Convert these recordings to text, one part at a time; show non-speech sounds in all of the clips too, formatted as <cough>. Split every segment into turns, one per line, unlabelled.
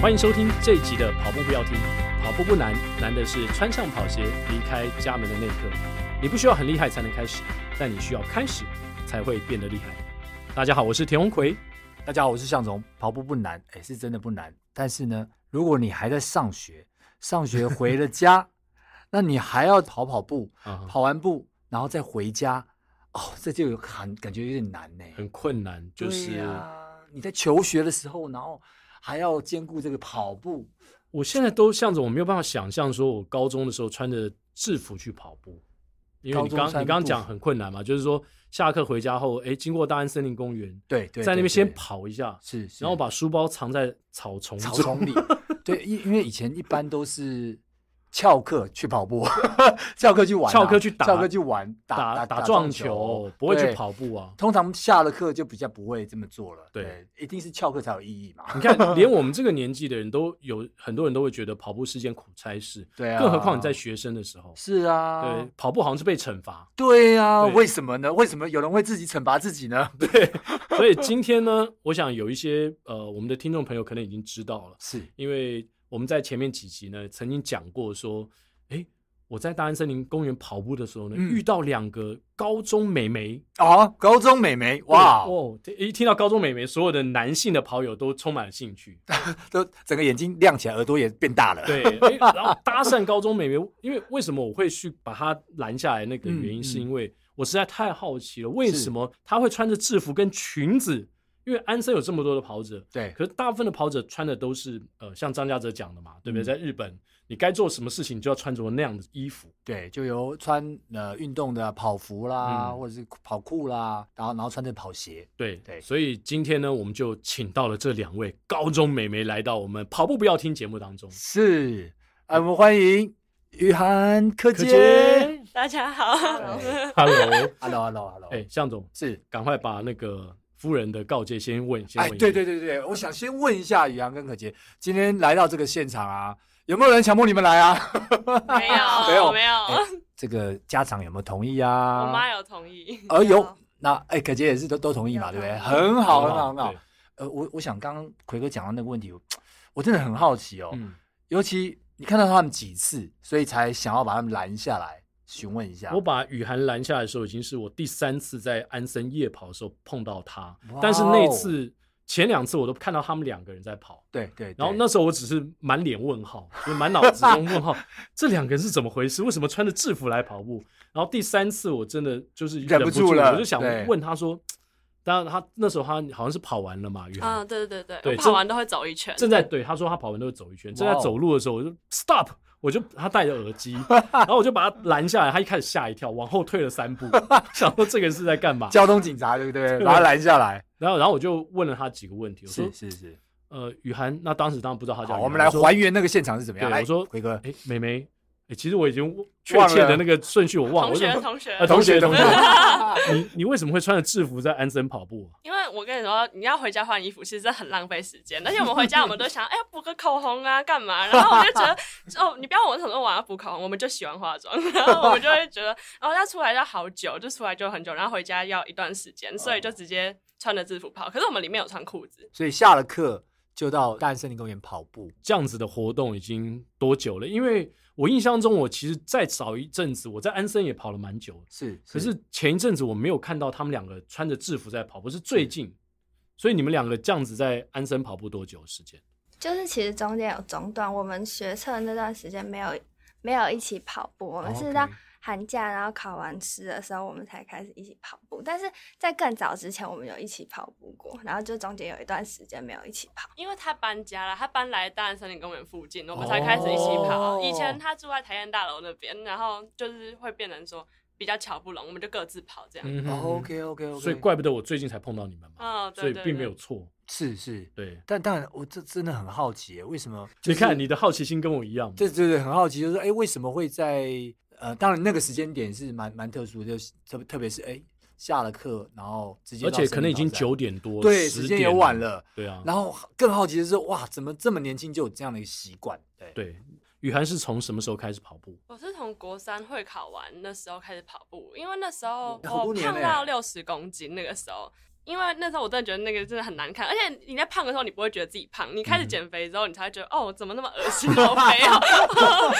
欢迎收听这一集的《跑步不要听》，跑步不难，难的是穿上跑鞋离开家门的那一刻。你不需要很厉害才能开始，但你需要开始才会变得厉害。大家好，我是田宏奎。
大家好，我是向总。跑步不难，哎，是真的不难。但是呢，如果你还在上学，上学回
<laughs>
了家，那你还要跑跑步，
啊、
跑完步然后再回家，哦，这就有很感觉有点难呢。
很困难，就是、
对啊、你在求学的时候，然后还要兼顾这个跑步，
我现在都向着我没有办法想象，说我高中的时候穿着制服去跑步，因为你
高中
刚你
穿
刚刚讲
制服
很困难嘛，就是说下课回家后，哎，经过大安森林公园，
对对对，
在那边先
对，
跑一下，
是，是
然后把书包藏在草丛
草
中 <laughs>
丛里。对，因因为以前一般都是翘课去跑步， <laughs> 翘课去玩啊、
翘课去打
翘课去玩，打
打
打
撞
球，
不会去
对。
跑步啊
通常下了课就比较不会这么做了。
对，
一定是翘课才有意义嘛。
<laughs> 你看，连我们这个年纪的人都有很多人都会觉得跑步是件苦差事，
对啊，
更何况你在学生的时候，
是啊，
对跑步好像是被惩罚。
对啊，
对
为什么呢？为什么有人会自己惩罚自己呢？
所以今天呢，我想有一些呃，我们的听众朋友可能已经知道了，
是
因为我们在前面几集呢曾经讲过说，哎，我在大安森林公园跑步的时候呢，
嗯
遇到两个高中美眉，
哦，高中美眉哇，
对哦，一听到高中美眉，所有的男性的跑友都充满了兴趣，
都整个眼睛亮起来，耳朵也变大了。
对，诶然
<laughs>
后搭讪高中美眉，因为为什么我会去把她拦下来？那个原因
嗯
是
嗯
因为我实在太好奇了，为
是
什么她会穿着制服跟裙子？因为安森有这么多的跑者，
对
可是大部分的跑者穿的都是呃，像张家泽讲的嘛，对不对？
嗯
在日本，你该做什么事情就要穿着那样的衣服，
对，就由穿呃运动的跑服啦，
嗯
或者是跑裤啦，然后然后穿着跑鞋。
对
对
所以今天呢，我们就请到了这两位高中美眉来到我们跑步不要听节目
<laughs>
当中。
是，哎、我们欢迎雨涵柯
可
洁。
杰
大家好，
<laughs> ，Hello，
Hello，Hello，Hello，
哎，向总，
是。
赶快把那个夫人的告诫先问，先
哎，
问一下。
对对对对，我想先问一下宇阳跟可杰，今天来到这个现场啊，有没有人强迫你们来啊？
没有，
没有
没有，
哎 <laughs> 这个家长有没有同意啊？
我妈有同意。
呃有，那哎，可杰也是都都同意嘛，对
有
不对？
同意
很好，很好，很好
对。
呃，我我想刚刚奎哥讲到那个问题，我我真的很好奇哦，
嗯，
尤其你看到他们几次，所以才想要把他们拦下来询问一下。
我把雨涵拦下来的时候，已经是我第三次在安森夜跑的时候碰到她，
哇哦
但是那次前两次我都看到他们两个人在跑。
对对，对
然后那时候我只是满脸问号，就满脑子中问
<laughs>
号，这两个人是怎么回事？为什么穿着制服来跑步？然后第三次我真的就是
忍
不
不
住
住了
我就想
对
问他说，当然他那时候他好像是跑完了嘛，雨涵，
嗯，对对对
对
对，我跑完都会走一圈。
正在对他说他跑完都会走一圈，正在
哇哦
走路的时候，我就 stop，我就他戴着耳机，
<laughs>
然后我就把他拦下来，他一开始吓一跳，往后退了三
<laughs>
步，想说这个人是在干嘛？
交通警察对不 <laughs> 对？把他拦下来。
然后然后我就问了他几个问题，我说
是是是，
呃雨涵，那当时当然不知道他叫雨
好，
涵，
我们来
说
还原那个现场是怎么样。
对
来
我说
奎哥，
哎美眉，哎其实我已经确
忘
切的
了，
那个顺序我忘了，
同学
我就
同学
呃，同学同学你你为什么会穿着制服在安森跑步啊？
<laughs> 因为我跟你说，你要回家换衣服，其实很浪费时间。而且我们
<laughs>
回家，我们都想，哎，要补个口红啊，干嘛？然后我就觉得，哦，你不要问我很多晚要补口红，我们就喜欢化
<laughs>
妆，然后我们就会觉得，哦，要出来要好久，就出来就很久，然后回家要一段时间，所以就直接穿着制服跑。可是我们里面有穿裤子，
所以下了课就到大安森林公园跑步。
这样子的活动已经多久了？因为我印象中，我其实再早一阵子，我在安森也跑了蛮久的
是，
可是前一阵子我没有看到他们两个穿着制服在跑步，是最近。所以你们两个这样子在安森跑步多久的时间？
就是其实中间有中断，我们学测那段时间没有没有一起跑步，我们
哦
是到
OK
寒假然后考完试的时候，我们才开始一起跑步。但是在更早之前，我们有一起跑步过，然后就中间有一段时间没有一起跑。
因为他搬家了，他搬来大安森林公园附近，我们才开始一起跑。
哦
以前他住在台安大楼那边，然后就是会变成说比较瞧不拢，我们就各自跑这样。嗯，
哦
嗯
OK OK OK，
所以怪不得我最近才碰到你们嘛，
哦、对
所以
对
并没有
对
错。
是是，
对，
但但我这真的很好奇耶，为什么？
你看你的好奇心跟我一样嘛，
对对对，很好奇，就是哎、诶为什么会在呃，当然那个时间点是蛮蛮特殊的，就是特别特别是哎、诶下了课，然后直接
而
到
且可能已经
森林
九
跑
点多，
站对
10
时间也
点
晚。了，
对啊，
然后更好奇的是，哇，怎么这么年轻就有这样的一个习惯？对，
对，雨涵是从什么时候开始跑步？
我是从国三会考完那时候开始跑步，因为那时候
嗯好多
我
年
胖
嘞
到六十公斤，那个时候因为那时候我真的觉得那个真的很难看，而且你在胖的时候你不会觉得自己胖，你开
嗯
始减肥之后你才会觉得、哦，怎么那么恶心，好肥哦。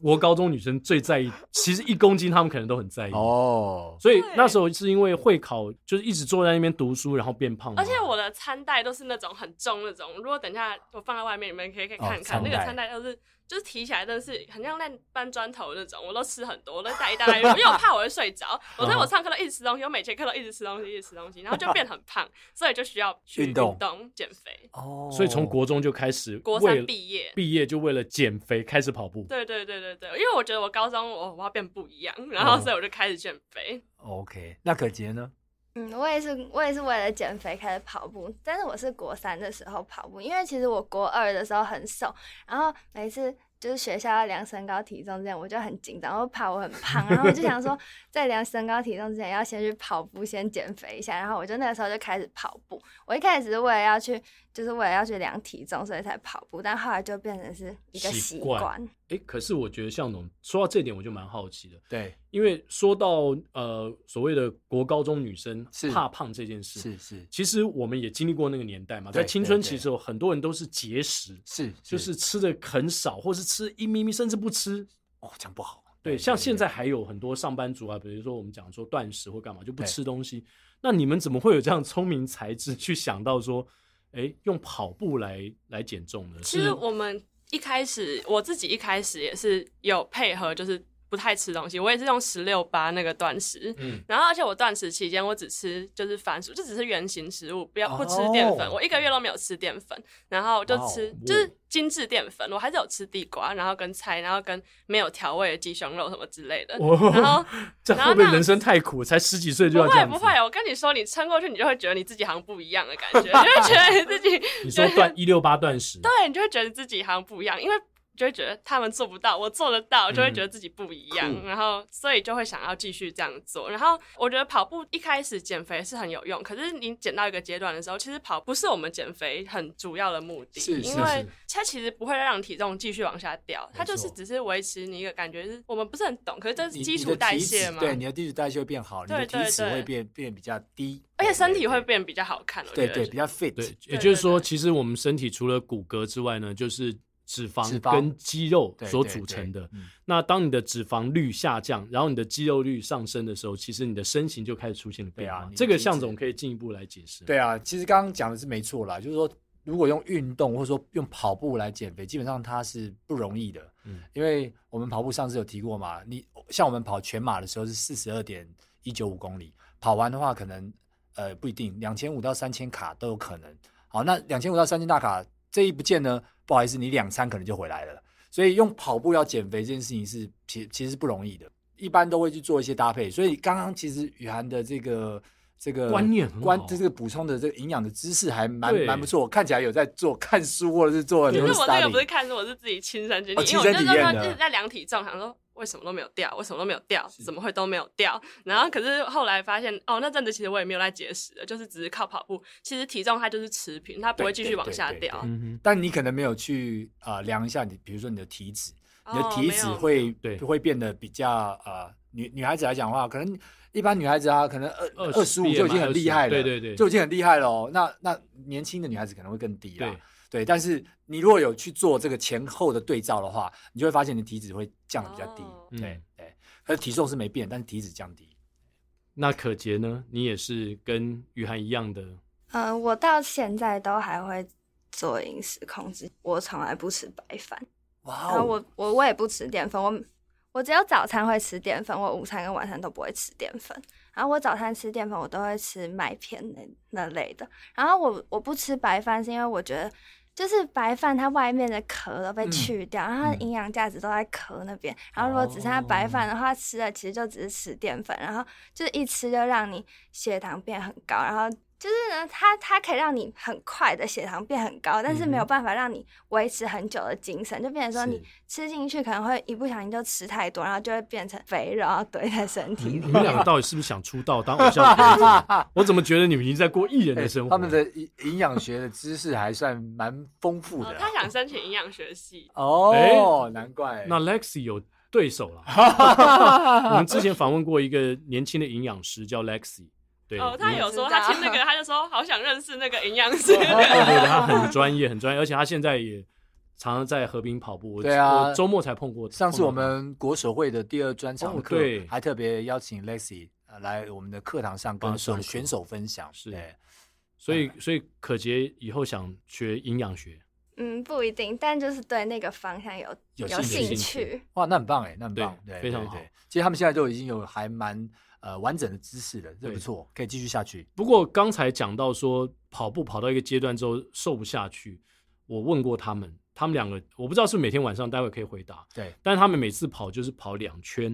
国高中女生最在意，其实一公斤她们可能都很在意。
哦，
所以
对
那时候是因为会考，就是一直坐在那边读书，然后变
嗯
胖吗。
而且我的餐袋都是那种很重那种，如果等一下我放在外面，你们可以可以看一看、
哦餐袋
那个餐袋，就是就是提起来真的是很像在搬砖头那种，我都吃很多，我都带一大袋，因为我怕我会睡着，
嗯
我所以我上课都一直吃东西，我每节课都一直吃东西，一直吃东西，然后就变很胖，所以就需要去
运动
动减肥。
哦，
所以从国中就开始，
国
为
三
了
毕业，
毕业就为了减肥开始跑步。
对对对对对，因为我觉得我高中我我要变不一样，然后
哦
所以我就开始减肥。
OK，那可杰呢？
嗯，我也是，我也是为了减肥开始跑步，但是我是国三的时候跑步，因为其实我国二的时候很瘦，然后每次就是学校要量身高体重之前，我就很紧张，我怕我很胖，然后我就
<laughs>
想说，在量身高体重之前要先去跑步，先减肥一下，然后我就那个时候就开始跑步。我一开始是为了要去，就是为了要去量体重，所以才跑步，但后来就变成是一个
习
习
惯
惯。
哎、可是我觉得向总说到这点，我就蛮好奇的，
对，
因为说到呃所谓的国高中女生
是
怕胖这件事，
是是
其实我们也经历过那个年代嘛，
对
在青春
对对
期的时候，很多人都是节食，
是，
就是吃的很少，或是吃一咪咪，甚至不吃。
哦，讲不好。
对，像现在还有很多上班族啊，比如说我们讲说断食或干嘛，就不
对
吃东西。那你们怎么会有这样聪明才智去想到说，哎，用跑步来来减重呢？
其实
<laughs> 是
我们一开始，我自己一开始也是有配合，就是不太吃东西，我也是用十六八那个断食。
嗯，
然后，而且我断食期间，我只吃就是番薯，就只是原型食物，不要
哦
不吃淀粉。我一个月都没有吃淀粉，然后就吃
哇
哦
就是精致淀粉，我还是有吃地瓜，然后跟菜，然后跟没有调味的鸡胸肉什么之类的。然
哦
后，
这
然
会
后
不会
那
人生太苦？才十几岁就要
不
这
会
样
不
子？
会，我跟你说，你撑过去，你就会觉得你自己好像不一样
<laughs>
的感觉，就会觉得你自己
你说断一六八断食，
对你就会觉得自己好像不一样，因为就会觉得他们做不到，我做得到，
嗯
就会觉得自己不一样，
酷
然后所以就会想要继续这样做。然后我觉得跑步一开始减肥是很有用，可是你减到一个阶段的时候，其实跑不是我们减肥很主要的目的，
是是
因为
是
它其实不会让体重继续往下掉，它就
没
是
错
只是维持你一个感觉是我们不是很懂，可是这是
你
基
你
础
的
代
体
谢
脂
嘛。
对，你的基础代谢会变好，你的
对
体
对
脂会
对
变变比较低，
而且身体
对
会，变比较好看，我觉
对
得
对，比较 fit，
对，也
对
就是
对
说，
对
其实我们身体除了骨骼之外呢，就是脂肪
脂肪
跟肌肉
对
所
对
组
对
成的。
嗯
那当你的脂肪率下降，然后你的肌肉率上升的时候，其实你的身形就开始出现了变
对啊
化。
你的
这个
体
向
脂
总可以进一步来解释。
对啊，其实刚刚讲的是没错啦，就是说，如果用运动或者说用跑步来减肥，基本上它是不容易的。
嗯
因为我们跑步上次有提过嘛，你像我们跑全马的时候是四十二点一九五公里，跑完的话可能呃不一定两千五到三千卡都有可能。好，那两千五到三千大卡这一不见呢，不好意思，你两餐可能就回来了。所以用跑步要减肥这件事情是其其实是不容易的，一般都会去做一些搭配。所以刚刚其实雨涵的这个这个
观念很
观
好啊
这个补充的这个营养的知识还蛮
对
蛮不错，看起来有在做看书或者是做很
可
多
是我这个
study。
不是看书，我是自己亲身经历，
哦
因为
亲
我
身
那
体
时候
验
就
的
是在量体重，想说为什么都没有掉，为什么都没有掉，怎么会都没有掉？然后可是后来发现，哦，那阵子其实我也没有在节食的，就是只是靠跑步，其实体重它就是持平，它不会继续往下
对对对
掉。
嗯哼，
但你可能没有去啊、呃量一下你，比如说你的体脂，你的
哦
体
没
脂
有
会、
对
会变得比较呃女女孩子来讲的话，可能一般女孩子啊，可能二二十
20
五就已经很厉害了，
对对对
就已经很厉害了、哦。那那年轻的女孩子可能会更低啦
对，
对。但是你如果有去做这个前后的对照的话，你就会发现你的体脂会降的比较低，
哦
对
嗯
对。可是体重是没变，但是体脂降低。
那可杰呢？你也是跟雨涵一样
<laughs>
的，
嗯、我到现在都还会做饮食控制，我从来不吃白饭。
哇
然后
哦，
我我我也不吃淀粉，我我只有早餐会吃淀粉，我午餐跟晚餐都不会吃淀粉。然后我早餐吃淀粉，我都会吃麦片那那类的。然后我我不吃白饭，是因为我觉得。就是白饭，它外面的壳都被
嗯
去掉，然后它的
嗯哦
营养价值都在壳那边。然后如果只剩下白饭的话，吃了其实就只是吃淀粉，然后就是一吃就让你血糖变很高，然后就是呢，它它可以让你很快的血糖变很高，但是没
嗯
有
哼
办法让你维持很久的精神，就变成说你
是
吃进去可能会一不小心就吃太多，然后就会变成肥肉，然后堆在身体
你
里。
们两个到底是不是想出道当偶像歌手？我怎么觉得你们已经在过艺人的生活？
他们的营营养学的知识还算蛮丰富
哦
的啦。啊
他想申请营养
<laughs>
学系，
哦，难怪 <laughs>
那嗯 Lexi 有 <laughs> 对手了。我们之前访问过一个年轻的营养师叫 Lexi，对，
哦，他
你
有说
知道
他
<laughs>
听那个，他就说好想认识那个营养师。
哦
对对，他很专业，很专业，而且 <laughs> 他现在也常常在河滨跑步。我
对啊
我周末才碰过。
上次
碰
我
过他
们国手会的第二专场
哦
课，
对
还特别邀请 Lexi 呃来我们的课堂上
帮
跟
上
选
课
选手分享。
是
对
所以所以可杰嗯以后想学营养学，
嗯，不一定，但就是对那个方向有
有
兴
有
趣
兴
兴趣
趣。
哇，那很棒哎，那很
对
棒，对，
非常
对
好
对其实他们现在都已经有还蛮呃完整的知识了，这
对
不错，可以继续下去。
不过刚才讲到说跑步跑到一个阶段之后瘦不下去，我问过他们，他们两个我不知道是不是每天晚上，待会可以回答，
对，
但是他们每次跑就是跑两圈，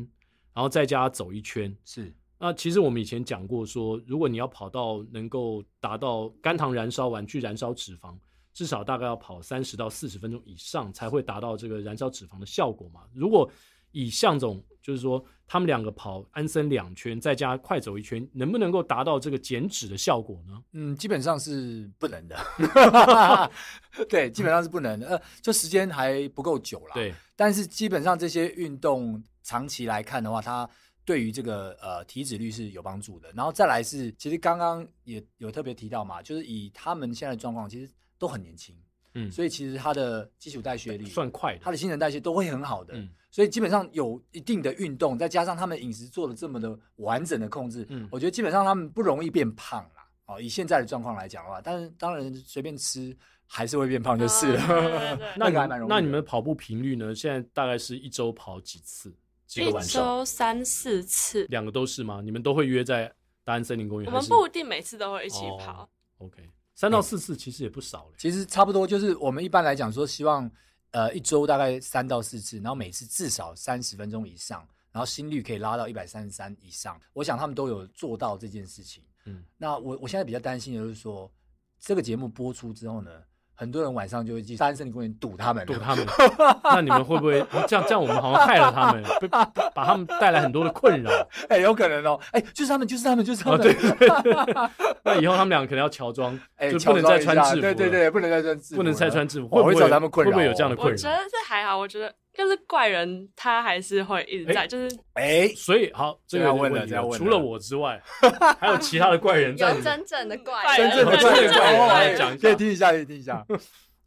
然后在家走一圈。
是
那其实我们以前讲过说，如果你要跑到能够达到肝糖燃烧完去燃烧脂肪，至少大概要跑三十到四十分钟以上才会达到这个燃烧脂肪的效果嘛。如果以向总就是说他们两个跑安森两圈，再加快走一圈，能不能够达到这个减脂的效果呢？
嗯，基本上是不能的， <laughs> 对，基本上是不能的，呃，就时间还不够久啦。，
对，
但是基本上这些运动长期来看的话，它对于这个呃体脂率是有帮助的。然后再来是，其实刚刚也有特别提到嘛，就是以他们现在的状况，其实都很年轻，
嗯，
所以其实他的基础代谢率
算快
他
的，
的新陈代谢都会很好的。
嗯
所以基本上有一定的运动，再加上他们饮食做了这么的完整的控制，
嗯
我觉得基本上他们不容易变胖啦。哦，以现在的状况来讲的话，但是当然随便吃还是会变胖就是了。
哦对对对
那
<laughs> 那
你
个还蛮容易的
那你们跑步频率呢？现在大概是一周跑几次？几个
一
晚上？
周三四次，
两个都是吗？你们都会约在大安森林公园？
我
还
们
是
不一定每次都会一起跑。
哦、OK，三到四次其实也不少嘞。
其实差不多就是我们一般来讲说，希望呃一周大概三到四次，然后每次至少三十分钟以上，然后心率可以拉到一百三十三以上。我想他们都有做到这件事情。
嗯，
那我我现在比较担心的就是说，这个节目播出之后呢，很多人晚上就会去大安森林公园堵他们，
堵他们， <laughs> 那你们会不会这样？这样我们好像害了他们，被把他们带来很多的困扰。
<laughs> 哎、有可能哦，哎、就是他们，就是他们，就是他
啊，
们，
对， <laughs> 那以后他们俩可能要乔装，
哎、
就
乔
不能
装
再
一
穿
下
制服了，
对对对，不能再穿制服了，
不能再穿制服，
我
会
会
不
找
会
他们困扰，哦
会不会有这样的
我
困
觉
扰？
得这还好，我觉得就是怪人他还是会一直在，就是
哎、
所以好，这个
这样问了
问题
这样问了
除了我之外，还有其他的怪人在
有
你们。
真正的
嗯怪
怪
人
人，
真正的
<laughs> 真正
怪
的
人，
怪人
哦
来
哎
讲一下
<laughs> 可以听一下，可以听一下，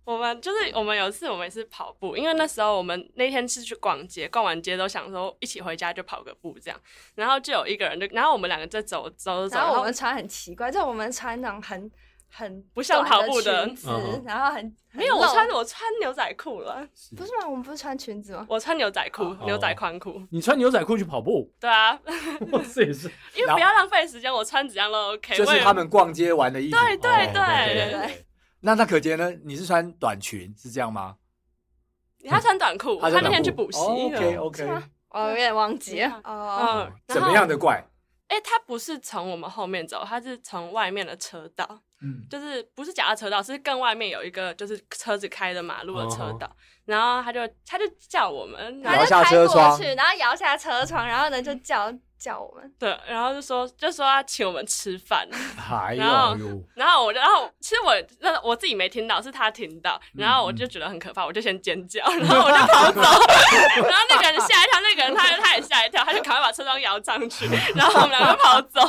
我们就是我们有一次我们也是跑步，因为那时候我们那天是去逛街，逛完街都想说一起回家就跑个步这样，然后就有一个人就，然后我们两个就走走走走，
然后我们穿很奇怪，就我们穿那种很很
不像跑步的
短裙子
嗯哼，
然后很
<laughs> 没有我穿
的
我穿牛仔裤了，
不是吗？我们不是穿裙子吗？
我穿牛仔裤
哦
<laughs> 牛仔宽裤，
你穿牛仔裤去跑步，
对啊，
哇 <laughs> 这也是
因为不要浪费时间，我穿怎样都 OK，
就是他们逛街玩的衣服。
哎对对
哦
对
对
对
那那可杰呢？你是穿短裙是这样吗？
我也他穿短裤，他
穿
那
短
天
裤
去补习
哦，OK
了，
OK，
我有点忘记了
嗯
哦。
嗯，然
怎
后
么样的怪？
哎、他不是从我们后面走，他是从外面的车道，
嗯，
就是不是脚踏车道，是更外面有一个就是车子开的马路的车道。然后他就他就叫我们，然后
他
摇
就
下
开
车
过
窗
去，然后摇下车窗，然后呢就叫叫我们，
对，然后就说就说要请我们吃饭。 <laughs>
还有
然后
有
然后我就然后其实我那我自己没听到，是他听到，然后我就觉得很可怕，我就先尖叫，然后我就跑走， <laughs> 然后那个人吓一跳，那个人他他也吓一跳，他就赶快把车窗摇上去，然后我们两个跑走。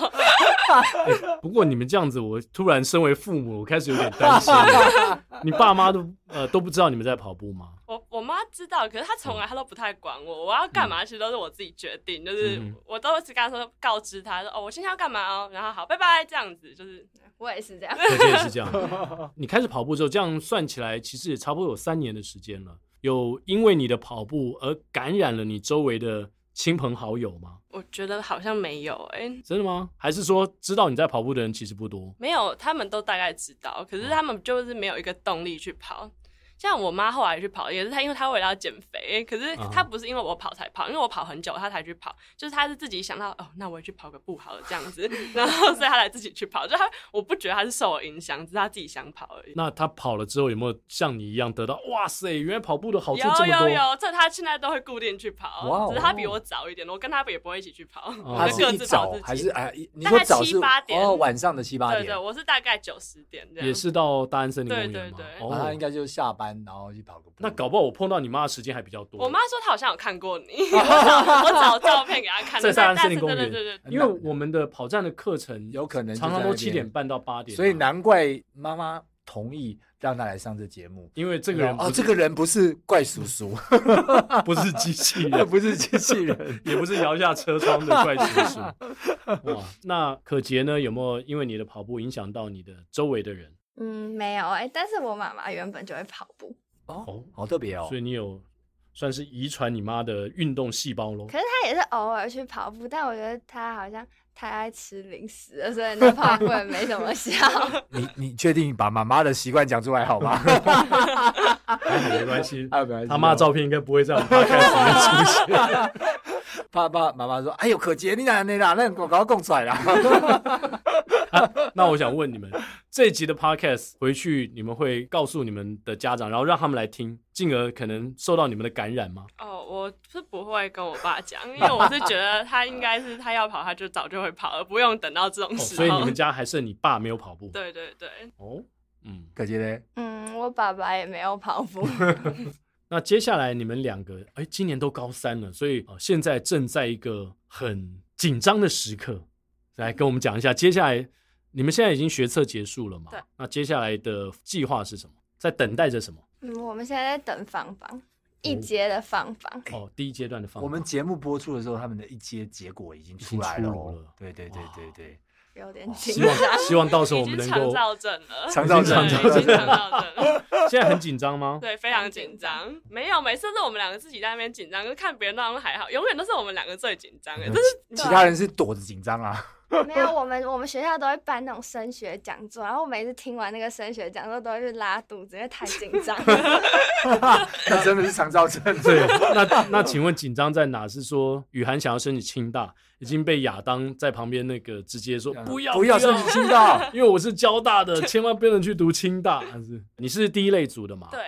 不过你们这样子，我突然身为父母，我开始有点担心了。你爸妈都呃都不知道你们在跑步吗？
我我妈知道，可是她从来她都不太管我，我要干嘛其实都是我自己决定，就是
嗯
我都是跟她说告知她说哦，我今天要干嘛哦，然后好，拜拜这样子，就是
我也是这样。
对，这也是这样。 <laughs> 你开始跑步之后，这样算起来，其实也差不多有三年的时间了。有因为你的跑步而感染了你周围的亲朋好友吗？
我觉得好像没有哎、
真的吗？还是说知道你在跑步的人其实不多？
没有，他们都大概知道，可是他们就是没有一个动力去跑。像我妈后来去跑，也是她，因为她为了要减肥，可是
啊
她不是因为我跑才跑，因为我跑很久她才去跑，就是她是自己想到哦，那我也去跑个步好了这样 <laughs> 子，然后所以她才自己去跑。就她，我不觉得她是受我影响，只是她自己想跑而已。
那他跑了之后有没有像你一样得到哇塞，原来跑步的好处
有
这么多？
有有，这他现在都会固定去跑，
哇哦
只是他比我早一点，我跟他也不会一起去跑，我
哦
<laughs>
他
们
是
各
一
自跑
早
自
还
己。
是哎？你
大
说
概
早
七
是
八点
哦，晚上的七八
对
点
对，，我是大概概九十点这样。
也是到大安森林公
对
园
对
吗？
对
哦
啊那他应该就下班班，然后去跑个步。
那搞不好我碰到你妈的时间还比较多。
我妈说她好像有
<laughs>
看过你，我找我找照片给她看，
在
对
沙
但
滩森林
是对对
公园
对对对，
因为我们的跑站的课程
有可能就
常常
在
都
那
七
边
点，半到八点啊，
所以难怪妈妈同意让他来上这节目。
因为这个人
哦，
不是
这个人不是怪叔叔，
不是机器人，
<laughs> 不是机器人。
<laughs> 也不是摇下车窗的怪叔叔。哇，那可杰呢？有没有因为你的跑步影响到你的周围的人？
嗯，没有哎、但是我妈妈原本就会跑步，
哦
哦，
好特别哦
所。以你有算是遗传你妈的运动细胞喽
可？是她也是偶尔去跑步，但我觉得她好像太爱吃零食了，所以那跑步也没什么效。
你你确定把妈妈的习惯讲出来好吗？
哎没关系，
<laughs> 啊没关系
他妈的照片应该不会在我们 p o d 里面出现。
爸爸妈妈说：“哎呦，可杰，你哪那啦？那广告供出来啦。
<laughs> 那我想问你们，这一集的 podcast 回去你们会告诉你们的家长，然后让他们来听，进而可能受到你们的感染吗？
哦，我是不会跟我爸讲，因为我是觉得他应该是他要跑，他就早就会跑了，不用等到这种
哦、
时
所
候。
以你们家还剩你爸没有跑步。
对对对，
哦，嗯，
可杰嘞，
嗯，我爸爸也没有跑步。
那接下来你们两个，哎，今年都高三了，所以、呃、现在正在一个很紧张的时刻，来跟我们讲一下，接下来你们现在已经学测结束了嘛？
对。
那接下来的计划是什么？在等待着什么？
嗯，我们现在在等放榜，一阶的放榜。
哦，第一阶段的方法。
<laughs> 我们节目播出的时候，他们的一些结果已经出来
已
了
经出炉
哦
了。
对对对
哇
对对，
有点紧
希望
张。
希望到时候
已
我们
经
能
肠
够。
燥症了，
肠
燥症
对已经肠燥症了，
现在很紧张吗？
对，非常紧张。没有，每次都我们两个自己在那边紧张，就看别人当然还好，永远都是我们两个最紧张的，
嗯
这是
其他人是躲着紧
<laughs>
张啊。
没有，我们我们学校都会办那种升学讲座，然后我每次听完那个升学讲座都会去拉肚子，因为太紧张
<laughs>
了。
那真的是肠燥症。
对，
<laughs>
<laughs> 那那请问紧张在哪？是说雨涵想要申请清大，已经被亚当在旁边那个直接说不要
啊不要申请
<laughs>
清道。
因为我是交大的，千万不能去读清大。 <laughs> 还是你是第一类组的嘛？。
<laughs> 对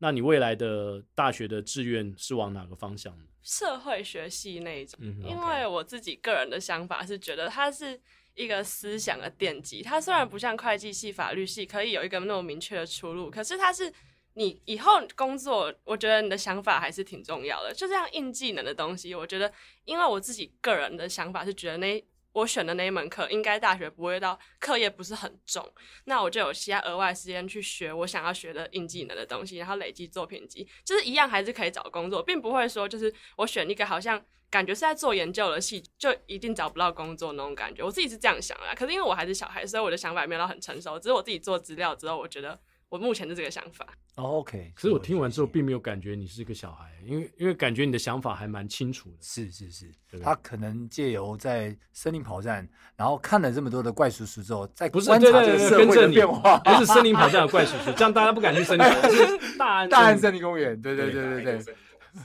那你未来的大学的志愿是往哪个方向呢？
社会学系那一种。
嗯
因
OK
为我自己个人的想法是觉得它是一个思想的奠基。它虽然不像会计系、法律系可以有一个那么明确的出路，可是它是你以后工作，我觉得你的想法还是挺重要的。就这样硬技能的东西，我觉得，因为我自己个人的想法是觉得那。我选的那一门课，应该大学不会到课业不是很重，那我就有其他额外时间去学我想要学的硬技能的东西，然后累积作品集，就是一样还是可以找工作，并不会说就是我选一个好像感觉是在做研究的系，就一定找不到工作那种感觉。我自己是这样想啦，可是因为我还是小孩，所以我的想法也没有到很成熟。只是我自己做资料之后，我觉得我目前是这个想法。
哦 OK，
可是我听完之后并没有感觉你是个小孩，因为因为感觉你的想法还蛮清楚的。
是是是
对，
他可能借由在森林跑站，然后看了这么多的怪叔叔之后，再
不是，
观
对
察
对
这个
对，
社
跟
会
着
的
你
变化。
不是森林跑站的怪叔叔，这样大家不敢去森林跑站。
<laughs>
是大安
大安森林公园，对对
对
对对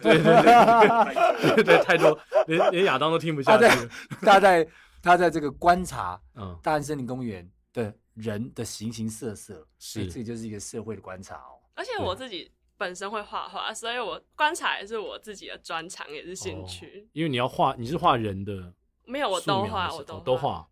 对，
对对对对对，太多，连连亚当都听不下
啊
去了。 <laughs>
他在他在这个观察
嗯，
大安森林公园的人的形形色色，所以
是
这个就是一个社会的观察哦。
而且
啊
我自己本身会画画，所以我观察也是我自己的专长，也是兴趣。
因为你要画，你是画人哦的素描还是，
没有，我都画，我
都
都。
画，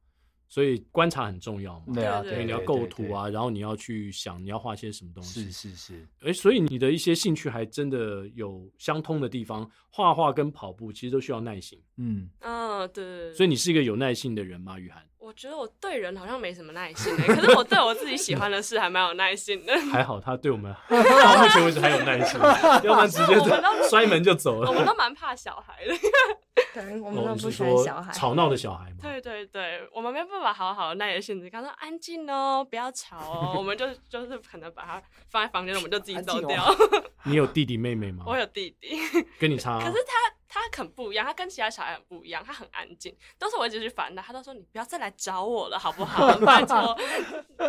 所以观察很重要嘛。
对啊，
对
因为
对
你要
对
构
对
图
对
啊，然后你要去想你要画些什么东西。
是是是，
哎，所以你的一些兴趣还真的有相通的地方，画画跟跑步其实都需要耐心。
嗯，
嗯，对对对。
所以你是一个有耐心的人吗，雨涵？
我觉得我对人好像没什么耐心、欸，可是我对我自己喜欢的事还蛮有耐心的。
还好他对我们 <laughs> 到目前为止还有耐心，要不然直接
<laughs>
我们
就
都
摔门就走
我们
了。
都蛮怕小孩的。 <laughs>
对，我们
哦，
都
你是
不喜欢
说
小孩。
吵闹的小孩吗？
对对对，我们没办法好好地耐着性子跟他说安静哦，不要吵哦，我们就就是可能把它放在房间，我们就自己走掉。
安
你有弟弟妹妹吗？
<laughs> 我有弟弟，
跟你差。
可是他他很不一样，他跟其他小孩很不一样，他很安静。都是我一直去烦他，他都说你不要再来找我了，好不好？ <laughs> 拜托，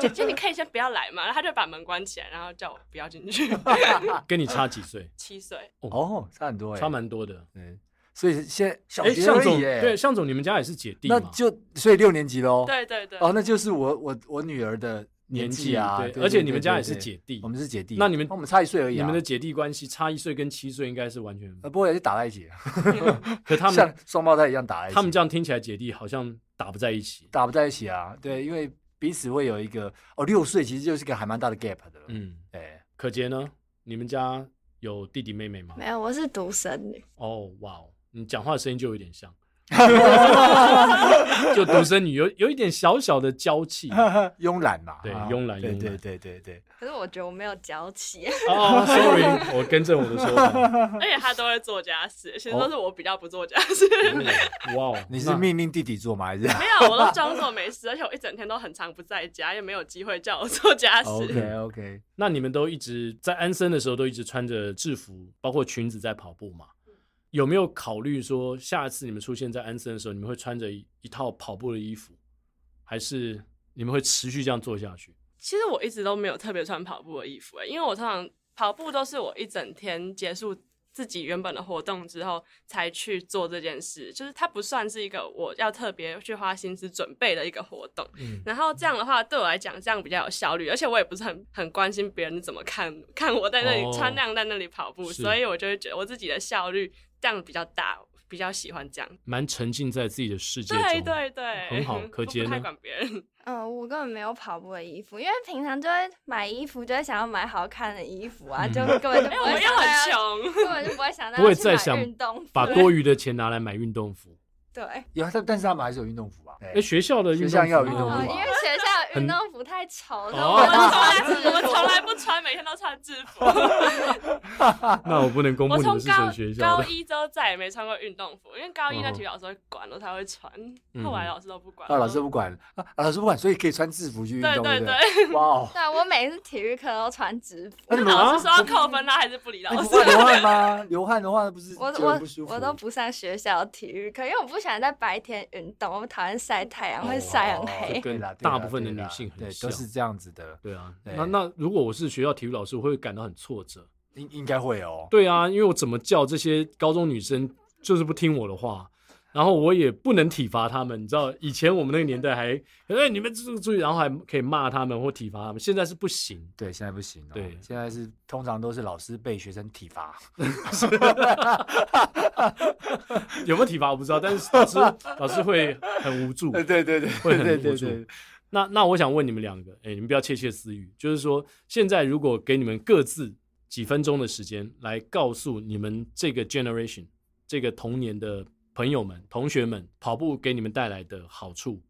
姐姐你可以先不要来嘛。然后他就把门关起来，然后叫我不要进去。 <laughs>
跟你差几岁？
七岁，
哦，差很多哎，
差蛮多的。
嗯，所以现在小
哎，
学
向
而
总，
已哎，
对，向总，你们家也是姐弟
那
嘛？
就所以六年级喽，，
对对对，
哦，那就是我我我女儿的纪啊，
年纪对
对
而且你们家也
对
是姐弟
我们是姐弟，
那你们
哦我们差一岁而已
你
啊，
们的姐弟关系差一岁跟七岁应该是完全，
呃不过也是打在一起，
可他们
像双胞胎一样打在一起，
他们这样听起来姐弟好像打不在一起。
打不在一起啊，对，因为彼此会有一个哦，六岁其实就是个还蛮大的 gap 的，嗯，
<laughs> 嗯，
对，
可杰呢？你们家有弟弟妹妹吗？
没有，我是独生女，
哦，哇哦，你讲话的声音就有点
<laughs>
像，就独生女有有一点小小的娇
<laughs>
气。
慵懒嘛，
对
啊
慵懒
对
慵
对
懒
对对对，
可是我觉得我没有娇气。
哦，sorry，我更正我的说法。
而且他都会做家事，其实都是我比较不做家事。
哇哦，
<laughs> 你是
那
命令弟弟做吗？
<laughs>
还是
<laughs> 没有，我都装作没事，而且我一整天都很常不在家，也没有机会叫我做家事。
OK OK？
那你们都一直在安生的时候都一直穿着制服，包括裙子在跑步嘛？有没有考虑说，下次你们出现在安生的时候，你们会穿着一一套跑步的衣服，还是你们会持续这样做下去？
其实我一直都没有特别穿跑步的衣服、欸，因为我通常跑步都是我一整天结束自己原本的活动之后才去做这件事，就是它不算是一个我要特别去花心思准备的一个活动。
嗯，
然后这样的话，对我来讲，这样比较有效率，而且我也不是很很关心别人怎么看看我在那里、
哦
穿那样在那里跑步，
是
所以我就会觉得我自己的效率这样比较大，比较喜欢这样。
蛮沉浸在自己的世界中。
对对对，
很好可
我
杰
<laughs> 不太
呢
管别人。
嗯，我根本没有跑步的衣服，因为平常就会买衣服，就会想要买好看的衣服啊，
嗯
就根本就
哎、
不
我们
会
又
想到要
很，穷，
根本就不会想到
不会
要去
再
买
想
运动服。
把多余的钱拿来买运动服。
对，
有，但但是他们还是有运动服吧？
哎、
对
学校的运
学
动
校
服
要有运动
哦
服
因
吧
为学校
很
运动服太丑，所以
哦
我
我
们
从
都
来
穿制
我们
服
从来不穿，每天都穿制服。
那我不能公布
我
你
从
们是
高
谁学校
高
的。
一之后再也没穿过运动服，因为高一
嗯
那
哼
体育老师会管，我才会穿。
嗯
后来老师都不管。
啊，老师不管啊，啊老师不管，所以可以穿制服去运
对
动，对
对
不
对，
对？哇
<laughs>
哦，
对，啊我每次体育课都穿制服
那，你们
老师
啊
说要扣分，他还是不理老
那你
师
不。会流汗吗？流汗的话不是
我
就很
我
不舒服？
我都不上学校体育课，因为我不喜欢在白天运动，我讨厌晒太阳，
哦
会晒啊很
这
黑。
跟
对啦对
大
啦
部分的
对啦
女性很
对
像
都是这样子的，
<laughs> 对啊，
对
那那如果我是学校体育老师，我会感到很挫折。
应应该会哦。
对啊，因为我怎么叫这些高中女生就是不听我的话，然后我也不能体罚她们。你知道，以前我们那个年代还，哎，你们注注意，然后还可以骂她们或体罚她们，现在是不行。 <laughs>
对，现在不行哦。
对
现在是通常都是老师被学生体罚，
有没有体罚我不知道，但是老师老师会很无助。
对对对对
会很
对
无
对
助
对，
那那我想问你们两个，哎、你们不要窃窃私语，就是说，现在如果给你们各自几分钟的时间来告诉你们这个 generation 这个童年的朋友们、同学们，跑步给你们带来的好处，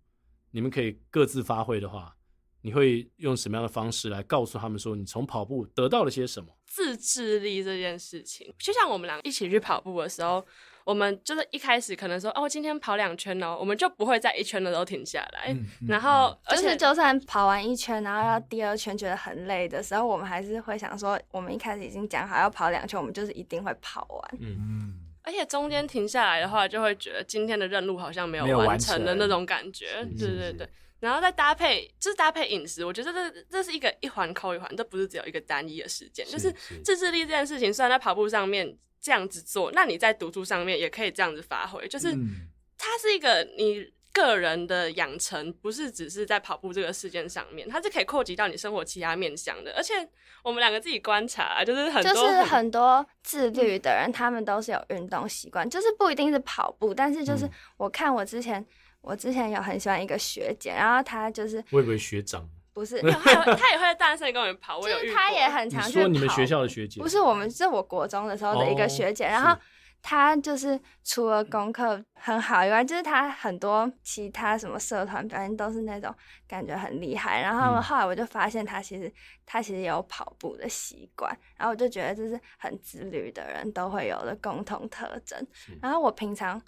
你们可以各自发挥的话，你会用什么样的方式来告诉他们说，你从跑步得到了些什么？
自制力这件事情，就像我们俩一起去跑步的时候，我们就是一开始可能说哦，今天跑两圈哦，我们就不会在一圈的时候停下来。
哎
嗯嗯
然后，而
就
且
是就算跑完一圈，然后要第二圈觉得很累的时候，我们还是会想说，我们一开始已经讲好要跑两圈，我们就是一定会跑完。
嗯，
嗯，
而且中间停下来的话，就会觉得今天的任务好像没有
没有
完
完
成
成
的那种感觉。
是
对
是
对
是
对。然后再搭配，就是搭配饮食，我觉得这这是一个一环扣一环，这不是只有一个单一的事件。
嗯
就是自制力这件事情，虽然在跑步上面这样子做，那你在读书上面也可以这样子发挥，就是
嗯
它是一个你个人的养成，不是只是在跑步这个事件上面，它是可以扩及到你生活其他面向的。而且我们两个自己观察，啊就是很
就
多
是很多自律的人，他们都是有运动习惯，就是不一定是跑步，但是就是
嗯
我看我之前，我之前有很喜欢一个学姐，然后她就是
我以为学长，
不是，
没有他也会他也会在大森公园 <laughs> 跑，我
就
有遇
是
过。
她也很
你
常去
说你们
跑
学校的学姐
不是我们，是我国中的时候的一
哦
个学姐，然
是
后她就是除了功课很好以外，就是她很多其他什么社团表现都是那种感觉很厉害。然后
嗯
后来我就发现她其实她其实也有跑步的习惯，然后我就觉得这是很自律的人都会有的共同特征
是。
然后我平常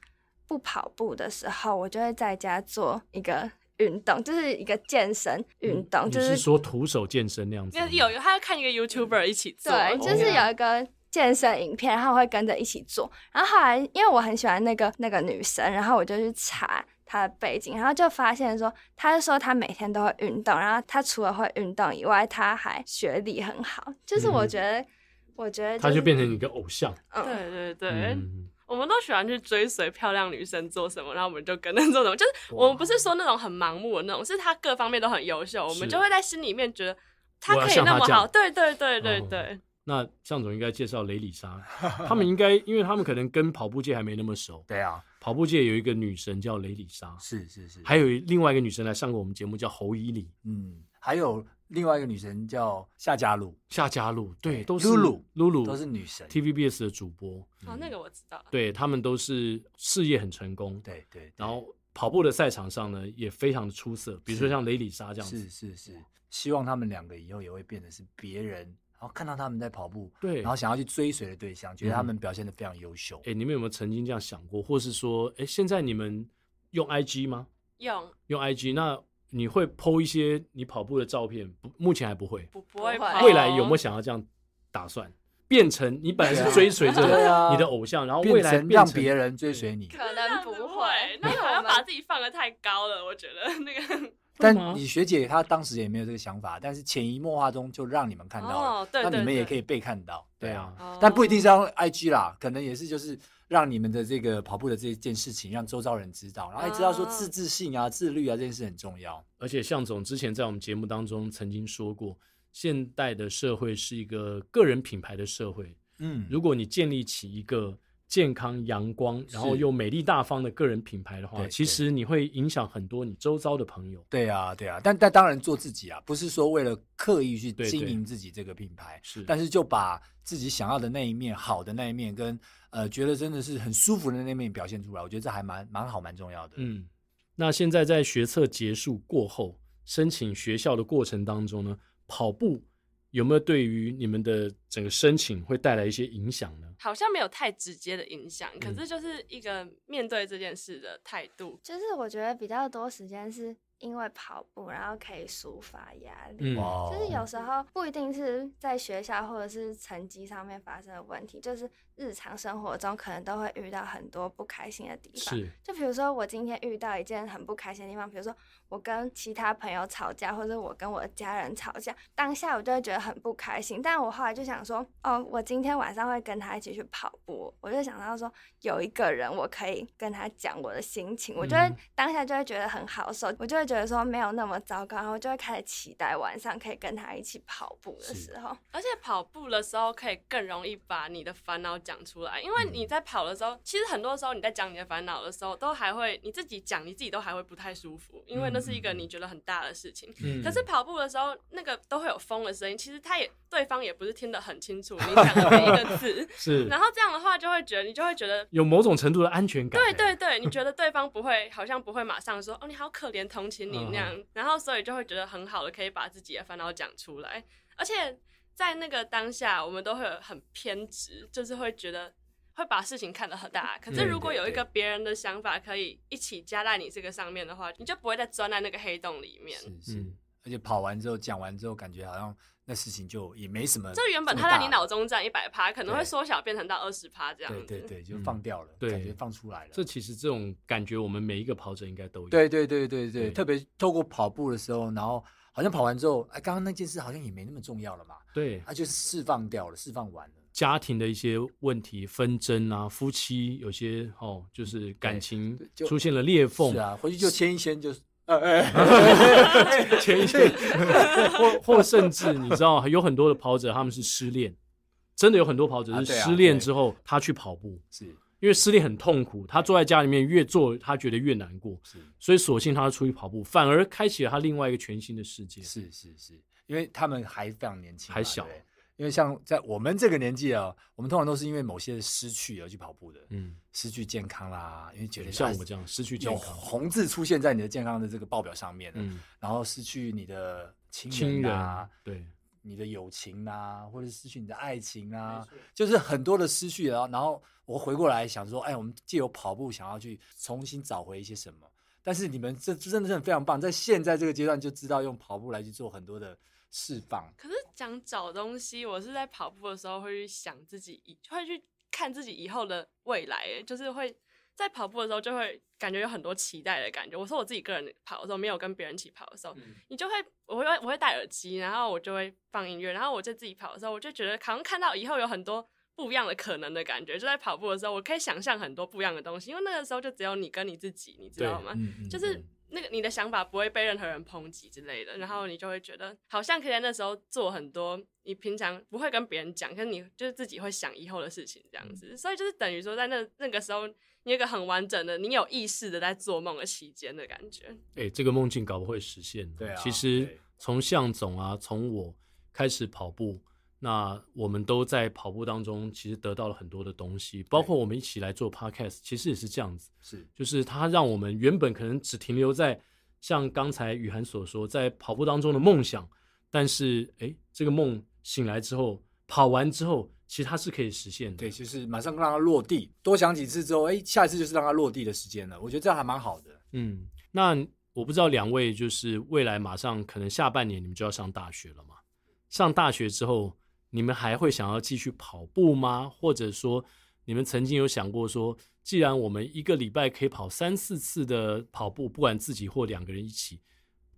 不跑步的时候，我就会在家做一个。运动就是一个健身运动，
嗯你
就是
说徒手健身那样子
因
吗？
为有有，他要看一个 YouTuber 一起做，哦
嗯对，就是有一个健身影片，然后我会跟着一起做。然后后来，因为我很喜欢那个那个女生，然后我就去查她的背景，然后就发现说，她就说她每天都会运动，然后她除了会运动以外，她还学历很好。就是我觉得，我觉得、
他
是
就变成你一个偶像。
哦
对
嗯，
对对，
嗯，
我们都喜欢去追随漂亮女生做什么，然后我们就跟着做什么。就是
哇
我们不是说那种很盲目的那种，是她各方面都很优秀，我
是
们就会在心里面觉得她
我要
可以
像
那
她
么
这样
好。对对对对
哦
对，
那向总应该介绍雷里
<laughs>
莎，他们应该，因为他们可能跟跑步界还没那么熟。
对啊，
跑步界有一个女神叫雷里莎，
是是是，
还有另外一个女神来上过我们节目叫侯以里。
嗯，还有另外一个女神叫夏家露，
夏家露，对，都是
Lulu
Lulu
都是女神。
TVBS 的主播，
哦，那个我知道。
对他们都是事业很成功，
对对，
然后跑步的赛场上呢也非常的出色，比如说
是
像雷里莎这样
是
子，
是是，希望他们两个以后也会变得是别人，然后看到他们在跑步，
对，
然后想要去追随的对象，觉得他
嗯
们表现的非常优秀。
哎，你们有没有曾经这样想过，或是说，哎，现在你们用 IG 吗？
用
用 IG，那你会 PO 一些你跑步的照片？不，目前还不会。
不不会
不会
跑，
哦
未来有没有想要这样打算，变成你本来是追随
对
着
啊
你的偶像，然后未
变
来
成
变
让
成
别人追随你，
可能
不
不
会
<laughs> 会，
那
因为
好
我
像
们
把 <laughs> 自己放的太高了，我觉得 <laughs> 那个
但
吗
你学姐她当时也没有这个想法，但是潜移默化中就让你们看到了，
哦对
那
对
你们也
对
可以被看到，对
对
啊
啊。
哦
但不一定是让 IG 啦，可能也是就是让你们的这个跑步的这件事情让周遭人知道，然后也知道说
哦
自制性啊、自律啊这件事很重要。
而且向总之前在我们节目当中曾经说过，现代的社会是一个个人品牌的社会。
嗯，
如果你建立起一个健康、阳光，然后又美丽大方的个人品牌的话，
对
其实你会影响很多你周遭的朋友。
对啊，对啊，但但当然做自己啊，不是说为了刻意去
对对
经营自己这个品牌，
是
但是就把自己想要的那一面、好的那一面跟呃觉得真的是很舒服的那一面表现出来，我觉得这还蛮蛮好、蛮重要的。
嗯，那现在在学测结束过后，申请学校的过程当中呢，跑步有没有对于你们的整个申请会带来一些影响呢？
好像没有太直接的影响，
嗯
可是就是一个面对这件事的态度。
就是我觉得比较多时间是因为跑步，然后可以抒发压力。
嗯，
哇哦，
就是有时候不一定是在学校或者是成绩上面发生的问题，就是日常生活中可能都会遇到很多不开心的地方。
是
就比如说我今天遇到一件很不开心的地方，比如说我跟其他朋友吵架，或者我跟我的家人吵架，当下我就会觉得很不开心。但我后来就想说，哦，我今天晚上会跟他一起去跑步，我就想到说有一个人我可以跟他讲我的心情，我就会
嗯
当下就会觉得很好受，我就会觉得说没有那么糟糕，然后就会开始期待晚上可以跟他一起跑步的时候。
而且跑步的时候可以更容易把你的烦恼讲出来，因为你在跑的时候，其实很多时候你在讲你的烦恼的时候，都还会你自己讲，你自己都还会不太舒服，因为那是一个你觉得很大的事情。
嗯，
可是跑步的时候，那个都会有风的声音，其实他也对方也不是听得很清楚你讲的每一个字
是
然后这样的话就会觉得你就会觉得
有某种程度的安全感。嗯
对对对，你觉得对方
<laughs>
不会，好像不会马上说哦，你好可怜，同情你
嗯嗯
那样，然后所以就会觉得很好的，可以把自己的烦恼讲出来，而且在那个当下，我们都会有很偏执，就是会觉得。会把事情看得很大，可是
对
如果
嗯对
有一
对
个别人的想法可以一起加在你这个上面的话，你就不会再钻在那个黑洞里面。
是是、
嗯
而且跑完之后讲完之后，感觉好像那事情就也没什么么大。
这原本它在你脑中占一百趴，可能会
对
缩小变成到二十趴这样
对
子。
对对，
<laughs>
就
嗯
放掉了，
对
感觉放出来了。
这其实这种感觉，我们每一个跑者应该都有。
对对对对对，
对
特别透过跑步的时候，然后好像跑完之后，哎，刚刚那件事好像也没那么重要了嘛，
对，
它就是释放掉了，释放完了。
家庭的一些问题、纷争啊，夫妻有些哦，就是感情
嗯对就
出现了裂缝
是，啊，回去就签一签， <laughs> 就是呃哎，
前一阵， <laughs> 或或甚至你知道，有很多的跑者他们是失恋，真的有很多跑者
啊
是
对啊
失恋之后他去跑步，
<laughs> 是
因为失恋很痛苦，他坐在家里面越坐他觉得越难过，
是
所以索性他出去跑步，反而开启了他另外一个全新的世界。
是是是，因为他们还非常年轻嘛，
还小
对因为像在我们这个年纪啊，我们通常都是因为某些失去而去跑步的，
嗯，
失去健康啦，因为觉得
像
啊
我这样失去健
有
康，
红字出现在你的健康的这个报表上面啊了，
嗯，
然后失去你的亲
亲
人
人
啊，
对，
你的友情啊，或者失去你的爱情啊，就是很多的失去，然后然后我回过来想说，哎，我们借由跑步想要去重新找回一些什么。但是你们这这真的是很非常棒，在现在这个阶段就知道用跑步来去做很多的释放。
可是讲找东西，我是在跑步的时候会去想自己以，会去看自己以后的未来，欸就是会在跑步的时候就会感觉有很多期待的感觉。我说我自己个人跑的时候，没有跟别人一起跑的时候，你就会我会我会戴耳机，然后我就会放音乐，然后我就自己跑的时候，我就觉得好像看到以后有很多。不一样的可能的感觉，就在跑步的时候，我可以想象很多不一样的东西，因为那个时候就只有你跟你自己，你知道
对
吗？
嗯，嗯
啊就是那个你的想法不会被任何人抨击之类
嗯
的，然后你就会觉得好像可以在那时候做很多你平常不会跟别人讲，可是你就是自己会想以后的事情这样
嗯
子，所以就是等于说在那那个时候，你有一个很完整的，你有意识的在做梦的期间的感觉。
哎，这个梦境搞不会实现。
对啊
其实
对
从向总啊，从我开始跑步，那我们都在跑步当中其实得到了很多的东西，包括我们一起来做 podcast，其实也是这样子。
是
就是它让我们原本可能只停留在像刚才雨涵所说，在跑步当中的梦想，但是诶，这个梦醒来之后，跑完之后，其实它是可以实现的。
对，就是马上让它落地，多想几次之后，哎，下一次就是让它落地的时间了。我觉得这样还蛮好的。
嗯，那我不知道两位就是未来马上可能下半年你们就要上大学了嘛？上大学之后，你们还会想要继续跑步吗？或者说，你们曾经有想过说，既然我们一个礼拜可以跑三四次的跑步，不管自己或两个人一起，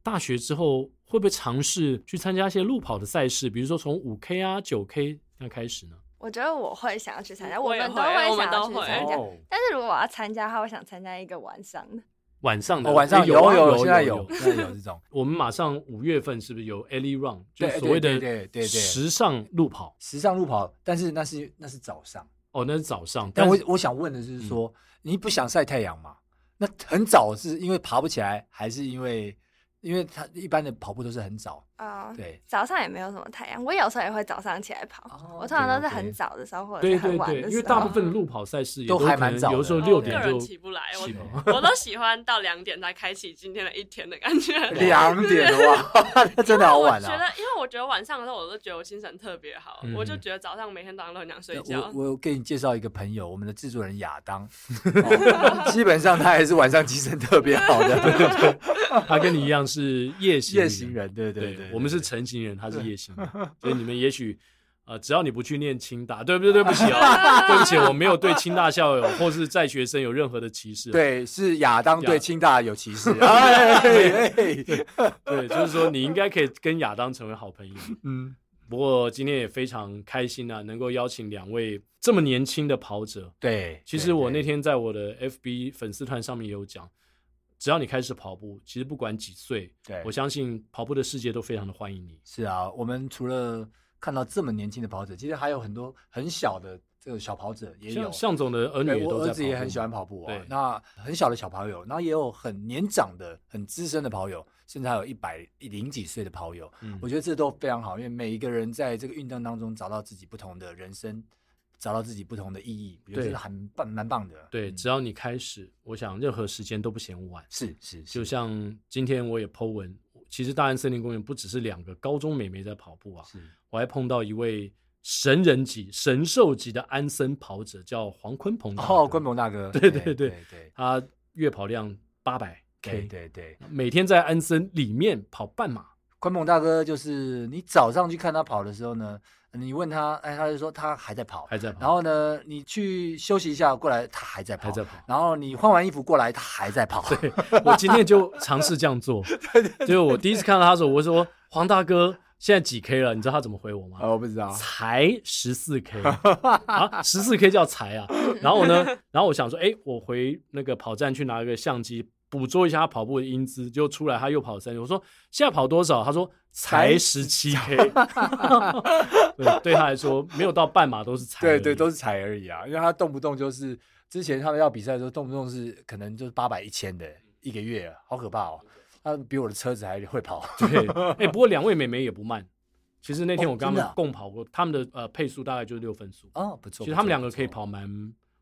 大学之后会不会尝试去参加一些路跑的赛事，比如说从五 K 啊、九 K 那开始呢？
我觉得我会想要去参加，
我也
们
会
都
我
会
们
想要
都
去
会
参加。
哦
但是如果我要参加的话，我想参加一个晚上的。
晚上的、
哦，晚上
诶
有
啊
有
有
现在
有
有，现在有这种
我们马上五月份是不是有 Ellie Run，就
对
是所谓
对对对
的
对对
时尚路跑？
时尚路跑，但是那是那是早上。
哦，那是早上，
但
但
我
是嗯
我想问的是说，你不想晒太阳吗？那很早是因为爬不起来，还是因为因为他一般的跑步都是很早？
啊、
<laughs>
对，
早上也没有什么太阳，我有时候也会早上起来跑。
哦
我通常都是
OK，OK
很早的时候或者
对
是很
对
晚
对
的时，候。
因为大部分的路跑赛事也
都还
可能
蛮早的
有时候
哦
六
我个
点
人
就
起不来，
起嘛
<laughs> 我我都喜欢到两点才开启今天的一天的感觉。 <laughs>
两点的哇， <laughs> 那真的好晚
因为我觉
啊！
得，因为我觉得晚上的时候，我都觉得我精神特别好，
嗯
我就觉得早上每天早上都很想睡
我
觉。
我给你介绍一个朋友，我们的制作人亚
<laughs>
当，哦 <laughs> 基本上他还是晚上精神特别好
<laughs>
的
<laughs> 他跟你一样是夜行
<laughs> 夜行。人，对
对
对，
我们是成型人，他是夜行
<laughs>
人，所以你们也许。呃，只要你不去念清大，对不对？对不起啊，
<laughs>
对不起，我没有对清大校友或是在学生有任何的歧视。啊
对是亚当
亚
对清大有
<laughs>
歧视，哎哎哎
对，就是说你应该可以跟亚当成为好朋友。
嗯，
不过今天也非常开心啊，能够邀请两位这么年轻的跑者。
对。
其实我
对
那天在我的 FB 粉丝团上面也有讲，只要你开始跑步，其实不管几岁，
对
我相信跑步的世界都非常的欢迎你。
是啊，我们除了看到这么年轻的跑者，其实还有很多很小的这个小跑者也有
像。向总的儿女
对
也都
我
在
儿子也
跑步
很喜欢跑步啊
对，
那很小的小跑友，那也有很年长的、很资深的跑友，甚至还有一百零几岁的跑友。
嗯
我觉得这都非常好，因为每一个人在这个运动当中找到自己不同的人生，找到自己不同的意义，我觉得
对
这是很棒、蛮棒的。
对，
嗯
只要你开始，我想任何时间都不嫌晚。
是是
就是像今天我也 Po 文，其实大安森林公园不只是两个高中美眉在跑步啊，
是
我还碰到一位神人级、神兽级的安森跑者，叫黄坤鹏大哥。
哦，关鹏大哥，
对对对
对对对
他月跑量八百 K，
对对对，
每天在安森里面跑半马。
关猛大哥就是你早上去看他跑的时候呢，你问他，哎，他就说他还在跑，
还在跑，
然后呢，你去休息一下过来，他还在跑，
还在跑。
然后你换完衣服过来，他还在跑，对 <laughs>
我今天就尝试这样做，就是我第一次看到他的时候，我说黄大哥现在几 K 了？你知道他怎么回我吗？
哦我不知道
才十四
<laughs>
K 啊，十四 K 叫才啊。然后呢，然后我想说，哎，我回那个跑站去拿个相机捕捉一下他跑步的英姿，就出来他又跑三。我说现在跑多少？他说才
才
十七 K。对，对他来说没有到半马都是才而已。
对对，都是踩而已啊，因为他动不动就是之前他们要比赛的时候，动不动是可能就是八百一千的一个月，好可怕哦，他比我的车子还会跑， <laughs>
对，哎、不过两位妹妹也不慢。其实那天
哦
我跟他
真
们
的啊
共跑过，他们的呃配速大概就是六分速。
哦，不
其
错，不
实
错
他们两个可以，
不错
跑蛮，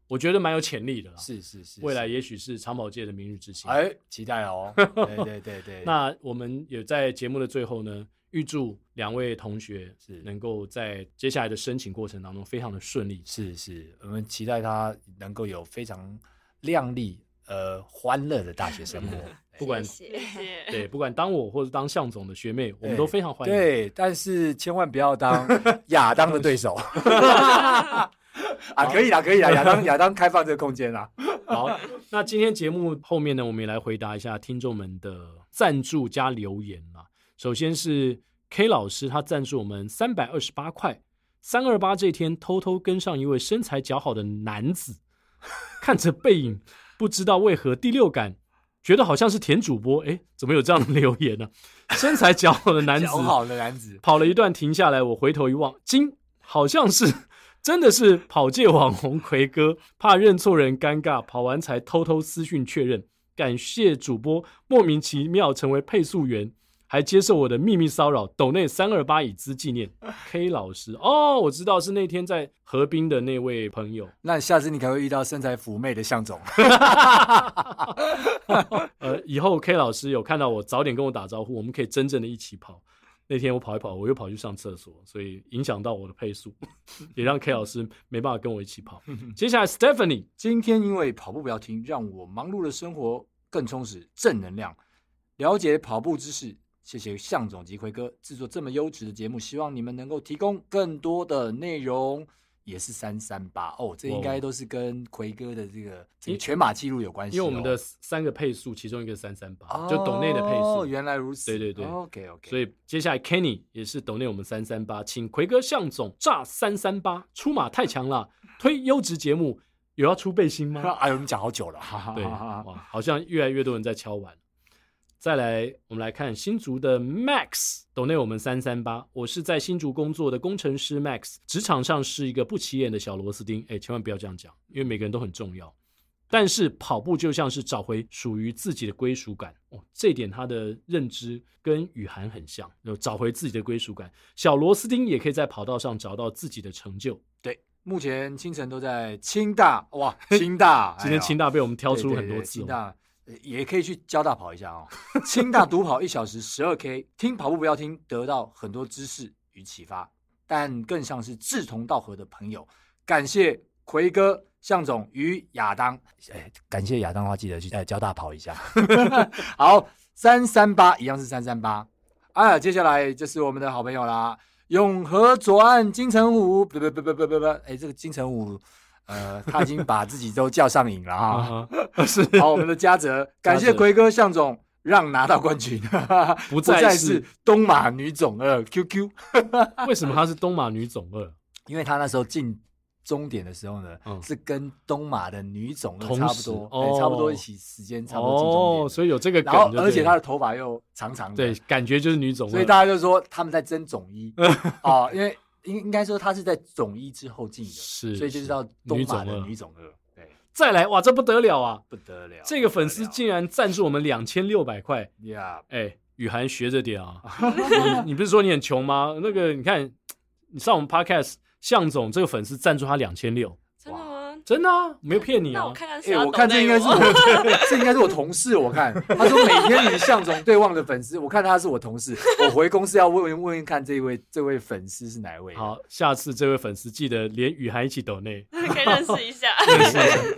我觉得蛮有潜力的啦。，
是是是，
未来
是
也许是长跑界的明日之星。
哎，啊期待哦，对对对对， <laughs>
那我们也在节目的最后呢，预祝两位同学
是
能够在接下来的申请过程当中非常的顺
<laughs>
利。
是是，我们期待他能够有非常亮丽、呃欢乐的大学生活。
不管
谢
谢
谢
<laughs>
谢。
对，不管当我或者当向总的学妹， <laughs> 我们都非常欢迎。
对，但是千万不要当亚当的对
<laughs>
手。啊，可以啦，可以啦，亚当
<laughs>
亚当开放这个空间啦。
<laughs> 好，那今天节目后面呢，我们也来回答一下听众们的赞助加留言啊啦。首先是 K 老师，他赞助我们三百二十八块。三二八这天，偷偷跟上一位身材较好的男子，看着背影，不知道为何第六感觉得好像是田主播。诶，怎么有这样的留
<laughs>
言呢、身材较好的男子，
脚好的男子，
跑了一段停下来，我回头一望，惊，好像是真的是跑界网红奎哥，怕认错人尴尬，跑完才偷偷私讯确认。感谢主播莫名其妙成为配速员，还接受我的秘密骚扰，抖内三二八以资纪念 <laughs> K 老师。哦，我知道是那天在河滨的那位朋友。 <laughs>
那下次你可能会遇到身材妩媚的向总。
呃，以后 K 老师有看到我，早点跟我打招呼，我们可以真正的一起跑。那天我跑一跑，我又跑去上厕所，所以影响到我的配速， <laughs> 也让 K 老师没办法跟我一起跑。接下来 Stephanie，
今天因为跑步不要停，让我忙碌的生活更充实、正能量，了解跑步知识。谢谢向总及奎哥制作这么优质的节目，希望你们能够提供更多的内容。也是三三八哦，这应该都是跟奎哥的这个这个全马记录有关系、
因为
哦。
我们的三个配速，其中一个三三八，
哦
就抖内的配速。
原来如此。
对对对
OK OK。
所以接下来 Kenny 也是抖内我们三三八，请奎哥向总炸三三八，出马太强了，推优质节目，有要出背心
<laughs>
吗？
<laughs> 哎，我们讲好久了，哈哈
对，
哈哈
哇，好像越来越多人在敲碗。再来，我们来看新竹的 Max，抖内我们三三八，我是在新竹工作的工程师 Max，职场上是一个不起眼的小螺丝钉，哎，千万不要这样讲，因为每个人都很重要。但是跑步就像是找回属于自己的归属感哦，这点他的认知跟雨涵很像，有找回自己的归属感。小螺丝钉也可以在跑道上找到自己的成就。
对，目前清晨都在清大，
<laughs>
哇，清大，
今天清大被我们挑出很
对对
多
对
次、
哎清
哦，
大呃也可以去交大跑一下哦。清大独跑一小时十二 K，听跑步不要听，得到很多知识与启发，但更像是志同道合的朋友。感谢奎哥、向总与亚当，哎，感谢亚当的话，记得去呃交大跑一下。好，三三八一样是三三八。啊，接下来就是我们的好朋友啦，永和左岸金城武，不不不不不不不，哎，这个金城武，呃，他已经把自己都叫上瘾了啊。
啊
<laughs>
哈，是
好，我们的嘉泽，感谢奎哥、向总让拿到冠 <laughs> 军，
不再
再
是
是东马女总呃二 QQ， <laughs>
为什么她是东马女总二？
因为他那时候进终点的时候呢，
嗯
是跟东马的女总二
同
差不
时
多，
哦
对差不多一起时间，差不多进终点的。
哦，所以有这个梗
然后
就对了，
而且他的头发又长长的，
对感觉就是女总二，
所以大家就说他们在争总一哦，因为应应该说他是在总一之后进的，
是
所以就知
是
道东
女总
马的
二
女总二，对，
再来哇，这不得了啊！
不得了，
这个粉丝
进
竟然赞助我们两千六百块，
<laughs> 呀，
哎，雨涵学着点啊！
<laughs>
你你不是说你很穷吗？那个你看，你上我们 podcast，向总这个粉丝赞助他两千六，
真的吗？
真的啊，没有骗你
那
啊
我！看看
哎、
谁要
我看这应该是
抖内
我， <laughs> 这应该是我同事。我看他说每天与向总对望的粉丝，我看他是我同事。我回公司要问问问看这位这位粉丝是哪一位？，
好，下次这位粉丝记得连雨涵一起抖内，
<laughs> 可以认识一下。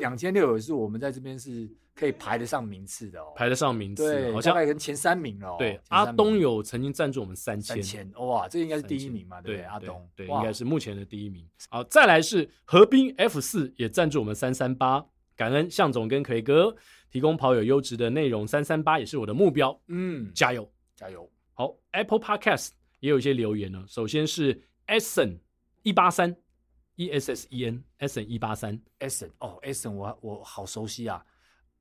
两千六是我们在这边是可以排得上名次的哦，
排得上名次，
对，
好
大
像
概跟前三名了、哦。
对
前三
阿
名
东有曾经赞助我们三
三
千，
千，哇，这应该是第一名嘛，
对
对不对？阿东，
对，
哇
应该是目前的第一名。好，再来是河滨 F 四也赞助我们三三八，感恩向总跟奎哥提供跑友优质的内容，三三八也是我的目标，
嗯，加
加油！
加油，
好，Apple Podcast 也有一些留言呢。首先是 Essen 一八三 E S S E N Essen 一八三， <laughs>
Essen 哦，Essen 我我好熟悉啊，